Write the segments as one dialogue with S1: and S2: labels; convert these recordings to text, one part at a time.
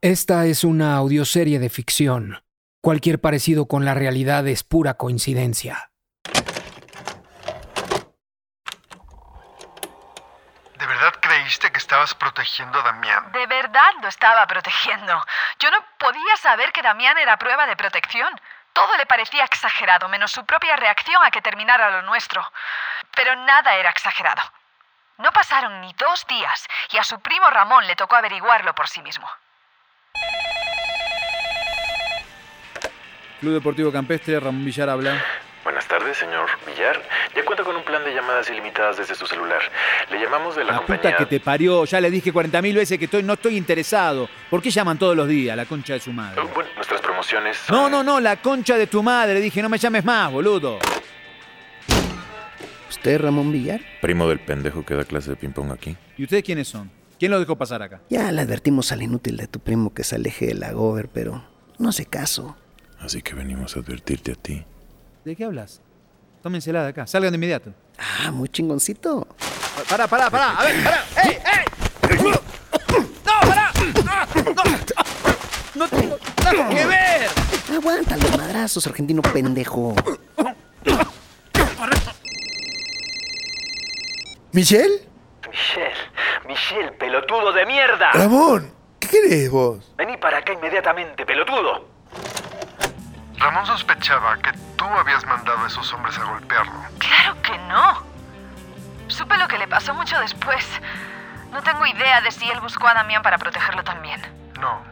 S1: Esta es una audioserie de ficción. Cualquier parecido con la realidad es pura coincidencia.
S2: ¿De verdad creíste que estabas protegiendo a Damián?
S3: De verdad lo estaba protegiendo. Yo no podía saber que Damián era prueba de protección. Todo le parecía exagerado, menos su propia reacción a que terminara lo nuestro. Pero nada era exagerado. No pasaron ni dos días y a su primo Ramón le tocó averiguarlo por sí mismo.
S4: Club Deportivo Campestre, Ramón Villar habla.
S5: Buenas tardes, señor Villar. Ya cuenta con un plan de llamadas ilimitadas desde su celular. Le llamamos de la,
S4: La
S5: compañía.
S4: Ah, puta que te parió, ya le dije 40.000 veces que estoy, no estoy interesado. ¿Por qué llaman todos los días la concha de su madre?
S5: Eh, Bueno, nuestras promociones. son-
S4: No, no, no, la concha de tu madre. Dije, no me llames más, boludo.
S6: ¿Usted es Ramón Villar?
S7: Primo del pendejo que da clase de ping-pong aquí.
S4: ¿Y ustedes quiénes son? ¿Quién los dejó pasar acá?
S6: Ya le advertimos al inútil de tu primo que se aleje de la gober, pero no hace caso.
S7: Así que venimos a advertirte a ti.
S4: ¿De qué hablas? Tómensela de acá, salgan de inmediato.
S6: Ah, muy chingoncito.
S4: Pa- Pará, pará, pará, a ver, pará. ¡Ey, ey! ¡No, pará! ¡Ah, ¡No! ¡No tengo nada que ver!
S6: Aguanta los madrazos, argentino pendejo.
S8: ¿Michelle?
S9: Michelle, Michelle, pelotudo de mierda.
S8: Ramón, ¿qué querés vos?
S9: Vení para acá inmediatamente, pelotudo.
S2: Ramón sospechaba que tú habías mandado a esos hombres a golpearlo.
S3: Claro que no. Supe lo que le pasó mucho después. No tengo idea de si él buscó a Damián para protegerlo también.
S2: No.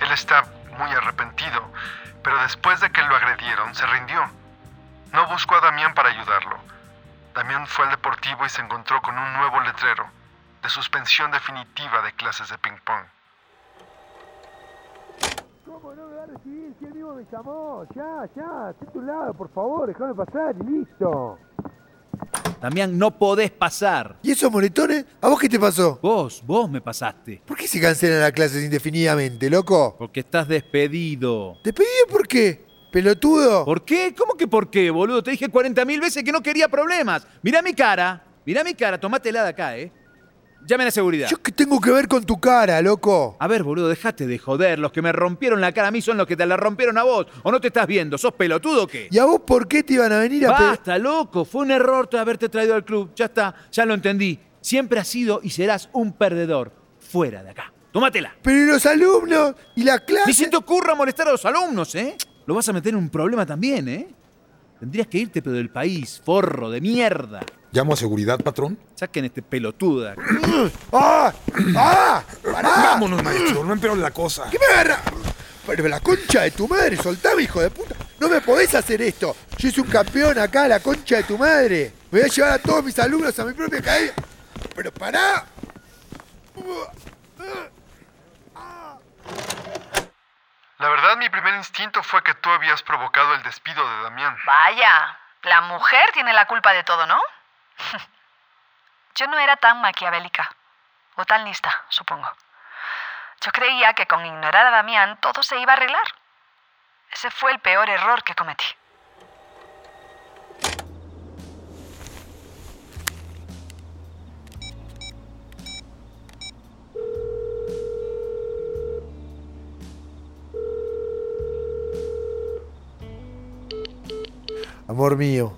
S2: Él está muy arrepentido, pero después de que lo agredieron, se rindió. No buscó a Damián para ayudarlo. Damián fue al deportivo y se encontró con un nuevo letrero de suspensión definitiva de clases de ping-pong.
S4: Damián, no podés pasar.
S8: ¿Y esos moretones? ¿A vos qué te pasó?
S4: Vos, vos me pasaste.
S8: ¿Por qué se cancelan las clases indefinidamente, loco?
S4: Porque estás despedido.
S8: ¿Te pedí por qué? ¿Pelotudo?
S4: ¿Por qué? ¿Cómo que por qué, boludo? Te dije 40 mil veces que no quería problemas. Mirá mi cara. Mirá mi cara. Tomátela de acá, ¿eh? Llamen a seguridad.
S8: ¿Yo qué tengo que ver con tu cara, loco?
S4: A ver, boludo, dejate de joder. Los que me rompieron la cara a mí son los que te la rompieron a vos. ¿O no te estás viendo? ¿Sos pelotudo o qué?
S8: ¿Y a vos por qué te iban a venir a pe-
S4: Basta, loco. Fue un error te- haberte traído al club. Ya está. Ya lo entendí. Siempre has sido y serás un perdedor. Fuera de acá. Tómatela.
S8: Pero ¿y los alumnos? ¿Y las
S4: Ni
S8: clases?
S4: se te ocurra molestar a los alumnos, ¿eh? Lo vas a meter en un problema también, ¿eh? Tendrías que irte, pero del país, forro de mierda.
S10: ¿Llamo a seguridad, patrón?
S4: Saquen este pelotudo de acá.
S8: ¡Ah! ¡Ah! ¡Pará!
S10: Vámonos, maestro, no empeor la cosa.
S8: ¿Qué me agarra? Pero la concha de tu madre, soltame, hijo de puta. No me podés hacer esto. Yo soy un campeón acá, la concha de tu madre. Me voy a llevar a todos mis alumnos a mi propia academia. Pero pará.
S2: La verdad, mi primer instinto fue que tú habías provocado el despido de Damián.
S3: Vaya, la mujer tiene la culpa de todo, ¿no? Yo no era tan maquiavélica, o tan lista, supongo. Yo creía que con ignorar a Damián todo se iba a arreglar. Ese fue el peor error que cometí.
S8: Amor mío,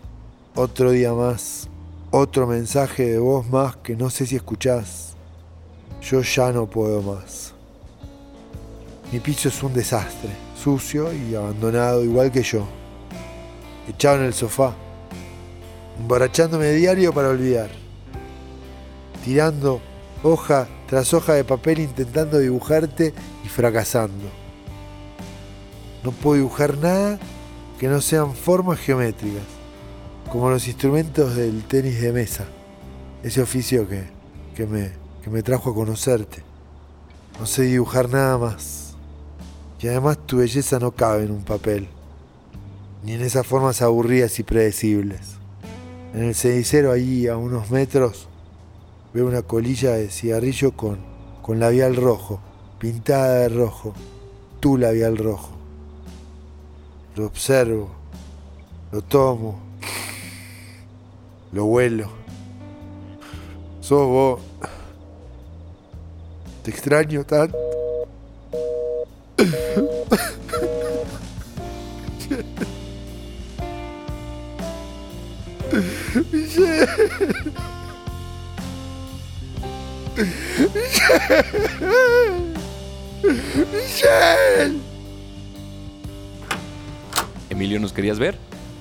S8: otro día más. Otro mensaje de voz más que no sé si escuchás. Yo ya no puedo más. Mi piso es un desastre, sucio y abandonado igual que yo. Echado en el sofá, emborrachándome diario para olvidar. Tirando hoja tras hoja de papel intentando dibujarte y fracasando. No puedo dibujar nada que no sean formas geométricas, como los instrumentos del tenis de mesa, ese oficio que, que me, que me trajo a conocerte. No sé dibujar nada más. Y además tu belleza no cabe en un papel, ni en esas formas aburridas y predecibles. En el cenicero, allí a unos metros, veo una colilla de cigarrillo con, con labial rojo, pintada de rojo, tu labial rojo lo observo, lo tomo, lo huelo. Sos vos. Te extraño tanto. Michelle. Michelle. Michelle.
S11: Emilio, ¿nos querías ver?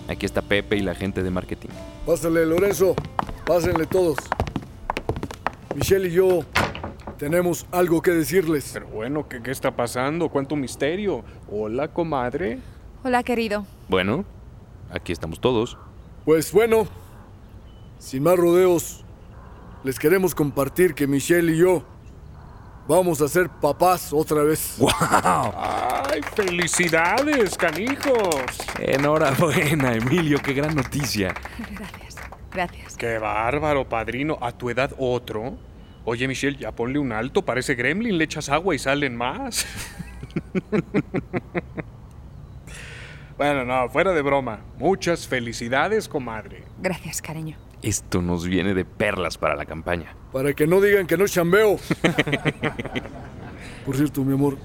S11: Aquí está Pepe y la gente de marketing.
S12: Pásale, Lorenzo. Pásenle todos. Michelle y yo tenemos algo que decirles.
S13: Pero bueno, ¿qué, qué está pasando? ¿Cuánto misterio? Hola, comadre.
S14: Hola, querido.
S11: Bueno, aquí estamos todos.
S12: Pues bueno, sin más rodeos, les queremos compartir que Michelle y yo vamos a ser papás otra vez.
S13: ¡Wow! ¡Ay, felicidades, canijos!
S11: Enhorabuena, Emilio, qué gran noticia.
S14: Gracias, gracias.
S13: ¡Qué bárbaro, padrino! ¿A tu edad otro? Oye, Michelle, ya ponle un alto, parece gremlin, le echas agua y salen más. bueno, no, fuera de broma. Muchas felicidades, comadre.
S14: Gracias, cariño.
S11: Esto nos viene de perlas para la campaña.
S12: Para que no digan que no chambeo. Por cierto, mi amor,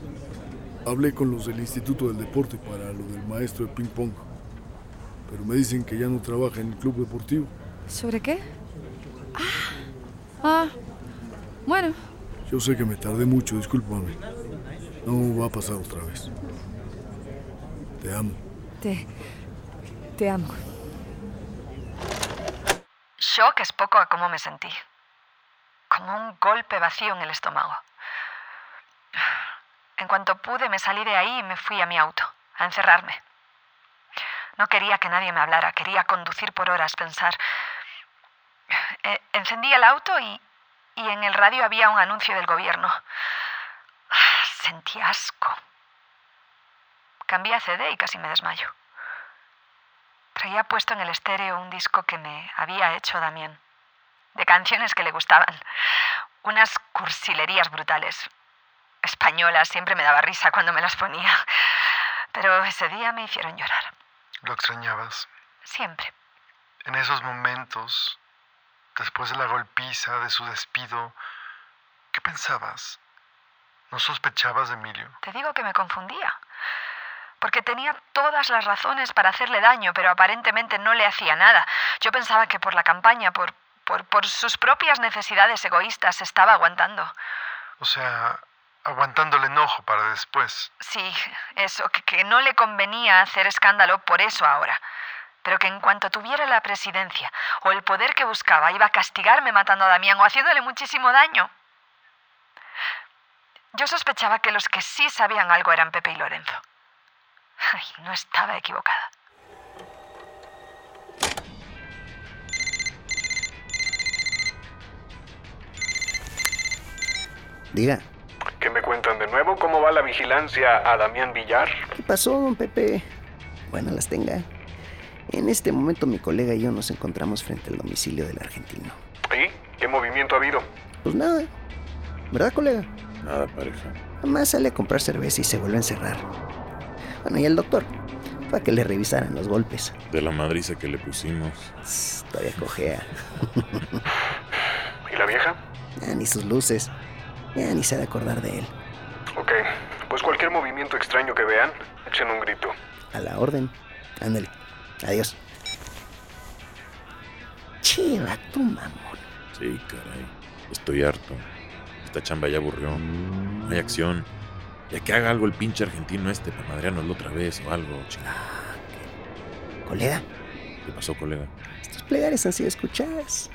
S12: hablé con los del Instituto del Deporte para lo del maestro de ping-pong. Pero me dicen que ya no trabaja en el club deportivo.
S14: ¿Sobre qué? Ah, ah, bueno.
S12: Yo sé que me tardé mucho, discúlpame. No va a pasar otra vez. Te amo.
S14: Te. Te amo.
S3: Shock es poco a cómo me sentí. Como un golpe vacío en el estómago. En cuanto pude, me salí de ahí y me fui a mi auto, a encerrarme. No quería que nadie me hablara, quería conducir por horas, pensar. Eh, encendí el auto y, y en el radio había un anuncio del gobierno. Ah, Sentí asco. Cambié a CD y casi me desmayo. Traía puesto en el estéreo un disco que me había hecho Damián, de canciones que le gustaban. Unas cursilerías brutales. Españolas, siempre me daba risa cuando me las ponía. Pero ese día me hicieron llorar.
S2: ¿Lo extrañabas?
S3: Siempre.
S2: En esos momentos, después de la golpiza, de su despido, ¿qué pensabas? ¿No sospechabas de Emilio?
S3: Te digo que me confundía porque tenía todas las razones para hacerle daño, pero aparentemente no le hacía nada. Yo pensaba que por la campaña, por, por, por, sus propias necesidades egoístas, estaba aguantando.
S2: O sea, aguantando el enojo para después.
S3: Sí, eso, que, que no le convenía hacer escándalo por eso ahora. Pero que en cuanto tuviera la presidencia o el poder que buscaba, iba a castigarme matando a Damián o haciéndole muchísimo daño. Yo sospechaba que los que sí sabían algo eran Pepe y Lorenzo. Ay, no estaba equivocada.
S6: Diga.
S5: ¿Qué me cuentan de nuevo? ¿Cómo va la vigilancia a Damián Villar?
S6: ¿Qué pasó, don Pepe? Bueno, las tenga. En este momento mi colega y yo nos encontramos frente al domicilio del argentino.
S5: ¿Y? ¿Qué movimiento ha habido?
S6: Pues nada. ¿Verdad, colega?
S7: Nada, pareja.
S6: Nomás sale a comprar cerveza y se vuelve a encerrar. Bueno, y el doctor, para que le revisaran los golpes.
S7: De la madriza que le pusimos.
S6: Tss, todavía cojea.
S5: ¿Y la vieja?
S6: Ya ni sus luces. Ya ni se ha de acordar de él.
S5: Ok, pues cualquier movimiento extraño que vean, echen un grito.
S6: A la orden. Ándale. Adiós. Chiva, tu mamón.
S7: Sí, caray. Estoy harto. Esta chamba ya aburrió. No hay acción. Ya que haga algo el pinche argentino este para madrearnoslo otra vez o algo, chingada.
S6: Ah, ¿Colega?
S7: ¿Qué pasó, colega?
S6: Estos plegares han sido escuchadas.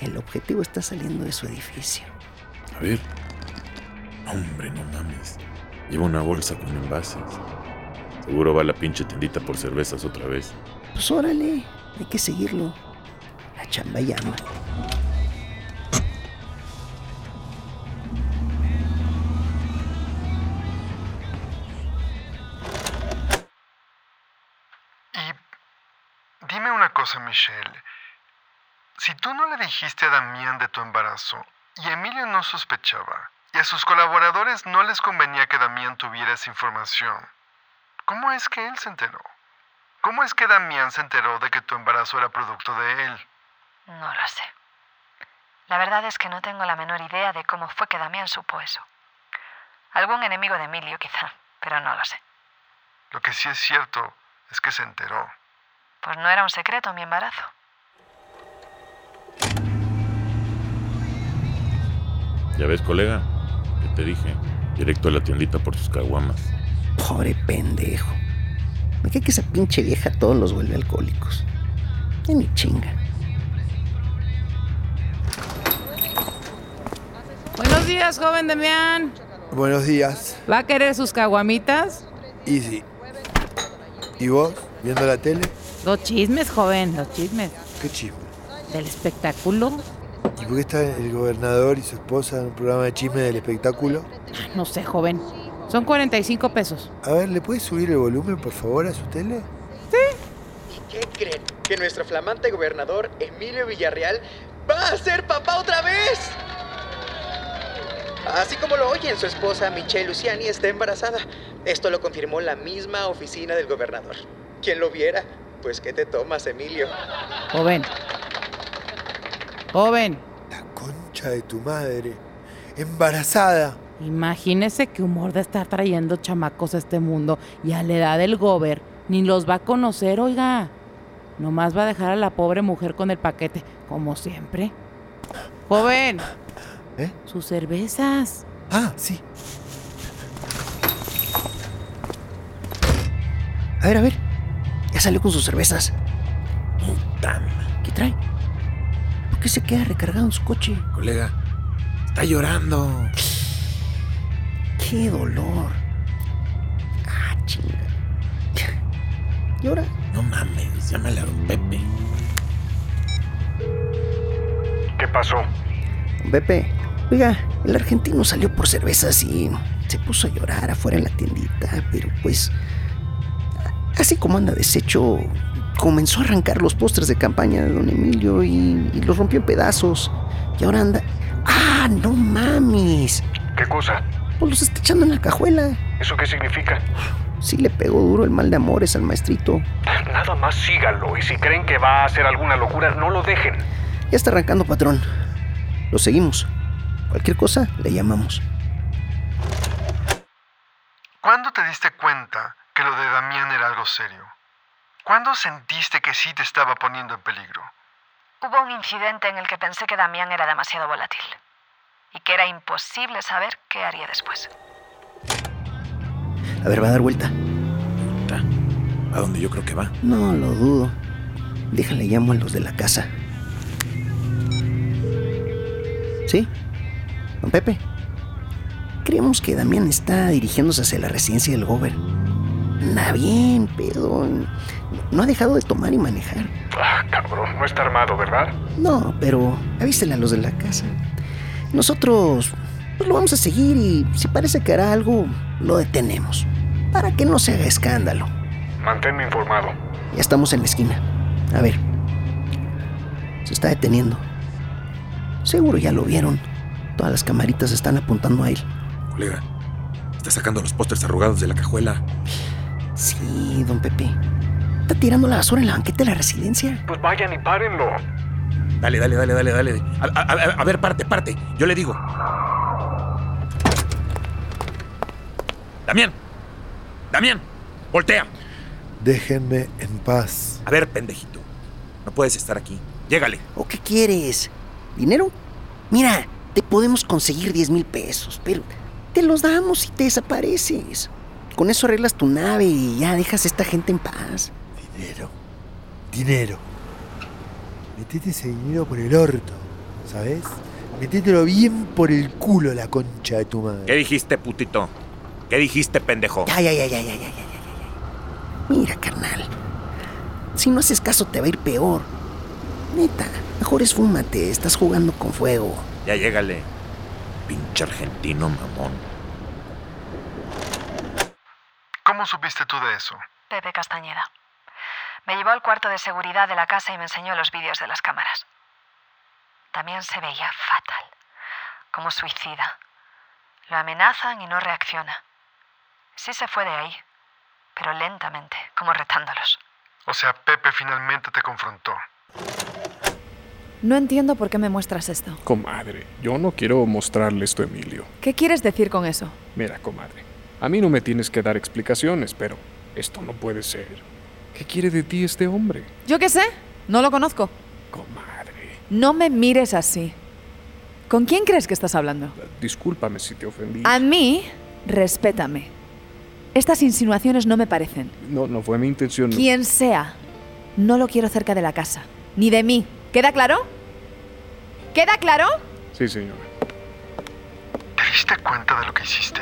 S6: El objetivo está saliendo de su edificio.
S7: A ver. Hombre, no mames. Lleva una bolsa con envases. Seguro va la pinche tendita por cervezas otra vez.
S6: Pues órale, hay que seguirlo. La chamba llama.
S2: Michelle. Si tú no le dijiste a Damián de tu embarazo y Emilio no sospechaba, y a sus colaboradores no les convenía que Damián tuviera esa información, ¿cómo es que él se enteró? ¿Cómo es que Damián se enteró de que tu embarazo era producto de él?
S3: No lo sé. La verdad es que no tengo la menor idea de cómo fue que Damián supo eso. Algún enemigo de Emilio, quizá pero no lo sé.
S2: Lo que sí es cierto es que se enteró.
S3: Pues no era un secreto mi embarazo.
S7: Ya ves, colega, que te dije, directo a la tiendita por sus caguamas.
S6: Pobre pendejo. Me cae que esa pinche vieja a todos los vuelve alcohólicos. Ya ni chinga.
S15: Buenos días, joven Demián.
S8: Buenos días.
S15: ¿Va a querer sus caguamitas?
S8: Easy. ¿Y vos? ¿Viendo la tele?
S15: Los chismes, joven, los chismes.
S8: ¿Qué chisme?
S15: Del espectáculo.
S8: ¿Y por qué está el gobernador y su esposa en un programa de chisme del espectáculo?
S15: Ah, No sé, joven. Son 45 pesos.
S8: A ver, ¿le puede subir el volumen, por favor, a su tele?
S16: ¿Qué creen? ¿Que nuestro flamante gobernador, Emilio Villarreal, va a ser papá otra vez? Así como lo oyen, su esposa Michelle Luciani está embarazada. Esto lo confirmó la misma oficina del gobernador. ¿Quién lo viera? Pues ¿qué te tomas, Emilio?
S15: Joven. Joven.
S8: Concha de tu madre. Embarazada.
S15: Imagínese qué humor de estar trayendo chamacos a este mundo y a la edad del gober ni los va a conocer, oiga. Nomás va a dejar a la pobre mujer con el paquete, como siempre. Joven.
S8: ¿Eh?
S15: Sus cervezas.
S8: Ah, sí.
S6: A ver, a ver. Ya salió con sus cervezas. Puta madre. ¿Qué trae? ¿Por qué se queda recargado en su coche?
S7: Colega, está llorando.
S6: ¡Qué dolor! Ah, chinga. ¿Y ahora?
S7: No mames, llámale a don Pepe.
S5: ¿Qué pasó?
S6: Pepe, oiga, el argentino salió por cervezas y se puso a llorar afuera en la tiendita, pero pues, así como anda deshecho, comenzó a arrancar los postres de campaña de don Emilio y, y los rompió en pedazos. Y ahora anda... ¡Ah, no mames!
S5: ¿Qué cosa?
S6: Pues los está echando en la cajuela.
S5: ¿Eso qué significa?
S6: Sí le pegó duro el mal de amores al maestrito.
S5: Nada más sígalo y si creen que va a hacer alguna locura, no lo dejen.
S6: Ya está arrancando, patrón. Lo seguimos. Cualquier cosa, le llamamos.
S2: ¿Cuándo te diste cuenta que lo de Damián era algo serio? ¿Cuándo sentiste que sí te estaba poniendo en peligro?
S3: Hubo un incidente en el que pensé que Damián era demasiado volátil y que era imposible saber qué haría después.
S6: A ver, va a dar vuelta.
S7: A donde yo creo que va.
S6: No lo dudo. Déjale llamo a los de la casa. ¿Sí? Don Pepe. Creemos que Damián está dirigiéndose hacia la residencia del Gober. Anda bien, pero no ha dejado de tomar y manejar.
S5: Ah, cabrón, no está armado, ¿verdad?
S6: No, pero avísale a los de la casa. Nosotros pues, lo vamos a seguir y si parece que hará algo, lo detenemos. Para que no se haga escándalo.
S5: Manténme informado.
S6: Ya estamos en la esquina. A ver. Se está deteniendo. Seguro ya lo vieron. Todas las camaritas están apuntando a él.
S7: Colega, está sacando los pósters arrugados de la cajuela.
S6: Sí, don Pepe. Está tirando la basura en la banqueta de la residencia.
S5: Pues vayan y párenlo.
S7: Dale, dale, dale, dale, dale. A, a- a- a ver, parte, parte. Yo le digo. Damián. Damián. Voltea.
S8: Déjenme en paz.
S7: A ver, pendejito. No puedes estar aquí. Llégale.
S6: ¿O qué quieres? ¿Dinero? Mira, te podemos conseguir 10 mil pesos, pero te los damos y te desapareces. Con eso arreglas tu nave y ya dejas a esta gente en paz.
S8: Dinero. Dinero. Metete ese dinero por el orto, ¿sabes? Metételo bien por el culo, la concha de tu madre.
S7: ¿Qué dijiste, putito? ¿Qué dijiste, pendejo?
S6: Ya, ya, ya, ya, ya, ya, ya, ya, ya. Mira, carnal. Si no haces caso te va a ir peor. Neta, mejor esfúmate, estás jugando con fuego.
S7: Ya llégale. Pinche argentino mamón.
S2: ¿Cómo supiste tú de eso?
S3: Pepe Castañeda. Me llevó al cuarto de seguridad de la casa y me enseñó los vídeos de las cámaras. También se veía fatal, como suicida. Lo amenazan y no reacciona. Sí se fue de ahí, pero lentamente, como retándolos.
S2: O sea, Pepe finalmente te confrontó.
S17: No entiendo por qué me muestras esto.
S13: Comadre, yo no quiero mostrarle esto a Emilio.
S17: ¿Qué quieres decir con eso?
S13: Mira, comadre.
S5: A mí no me tienes que dar explicaciones, pero esto no puede ser. ¿Qué quiere de ti este hombre?
S3: Yo qué sé, no lo conozco.
S5: Comadre,
S3: No me mires así. ¿Con quién crees que estás hablando?
S5: Ah, discúlpame si te ofendí.
S3: A mí, respétame. Estas insinuaciones no me parecen.
S5: No, no fue mi intención. no.
S3: Quien sea, no lo quiero cerca de la casa, ni de mí. ¿Queda claro? ¿Queda claro?
S5: Sí, señora.
S2: ¿Te diste cuenta de lo que hiciste?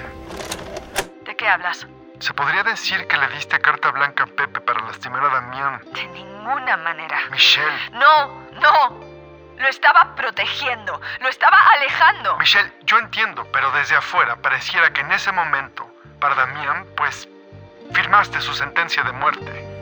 S18: ¿De qué hablas?
S2: Se podría decir que le diste carta blanca a Pepe para lastimar a Damián.
S18: De ninguna manera.
S2: Michelle,
S18: No, no. Lo estaba protegiendo, lo estaba alejando.
S2: Michelle, yo entiendo, pero desde afuera pareciera que en ese momento, para Damián, pues, firmaste su sentencia de muerte.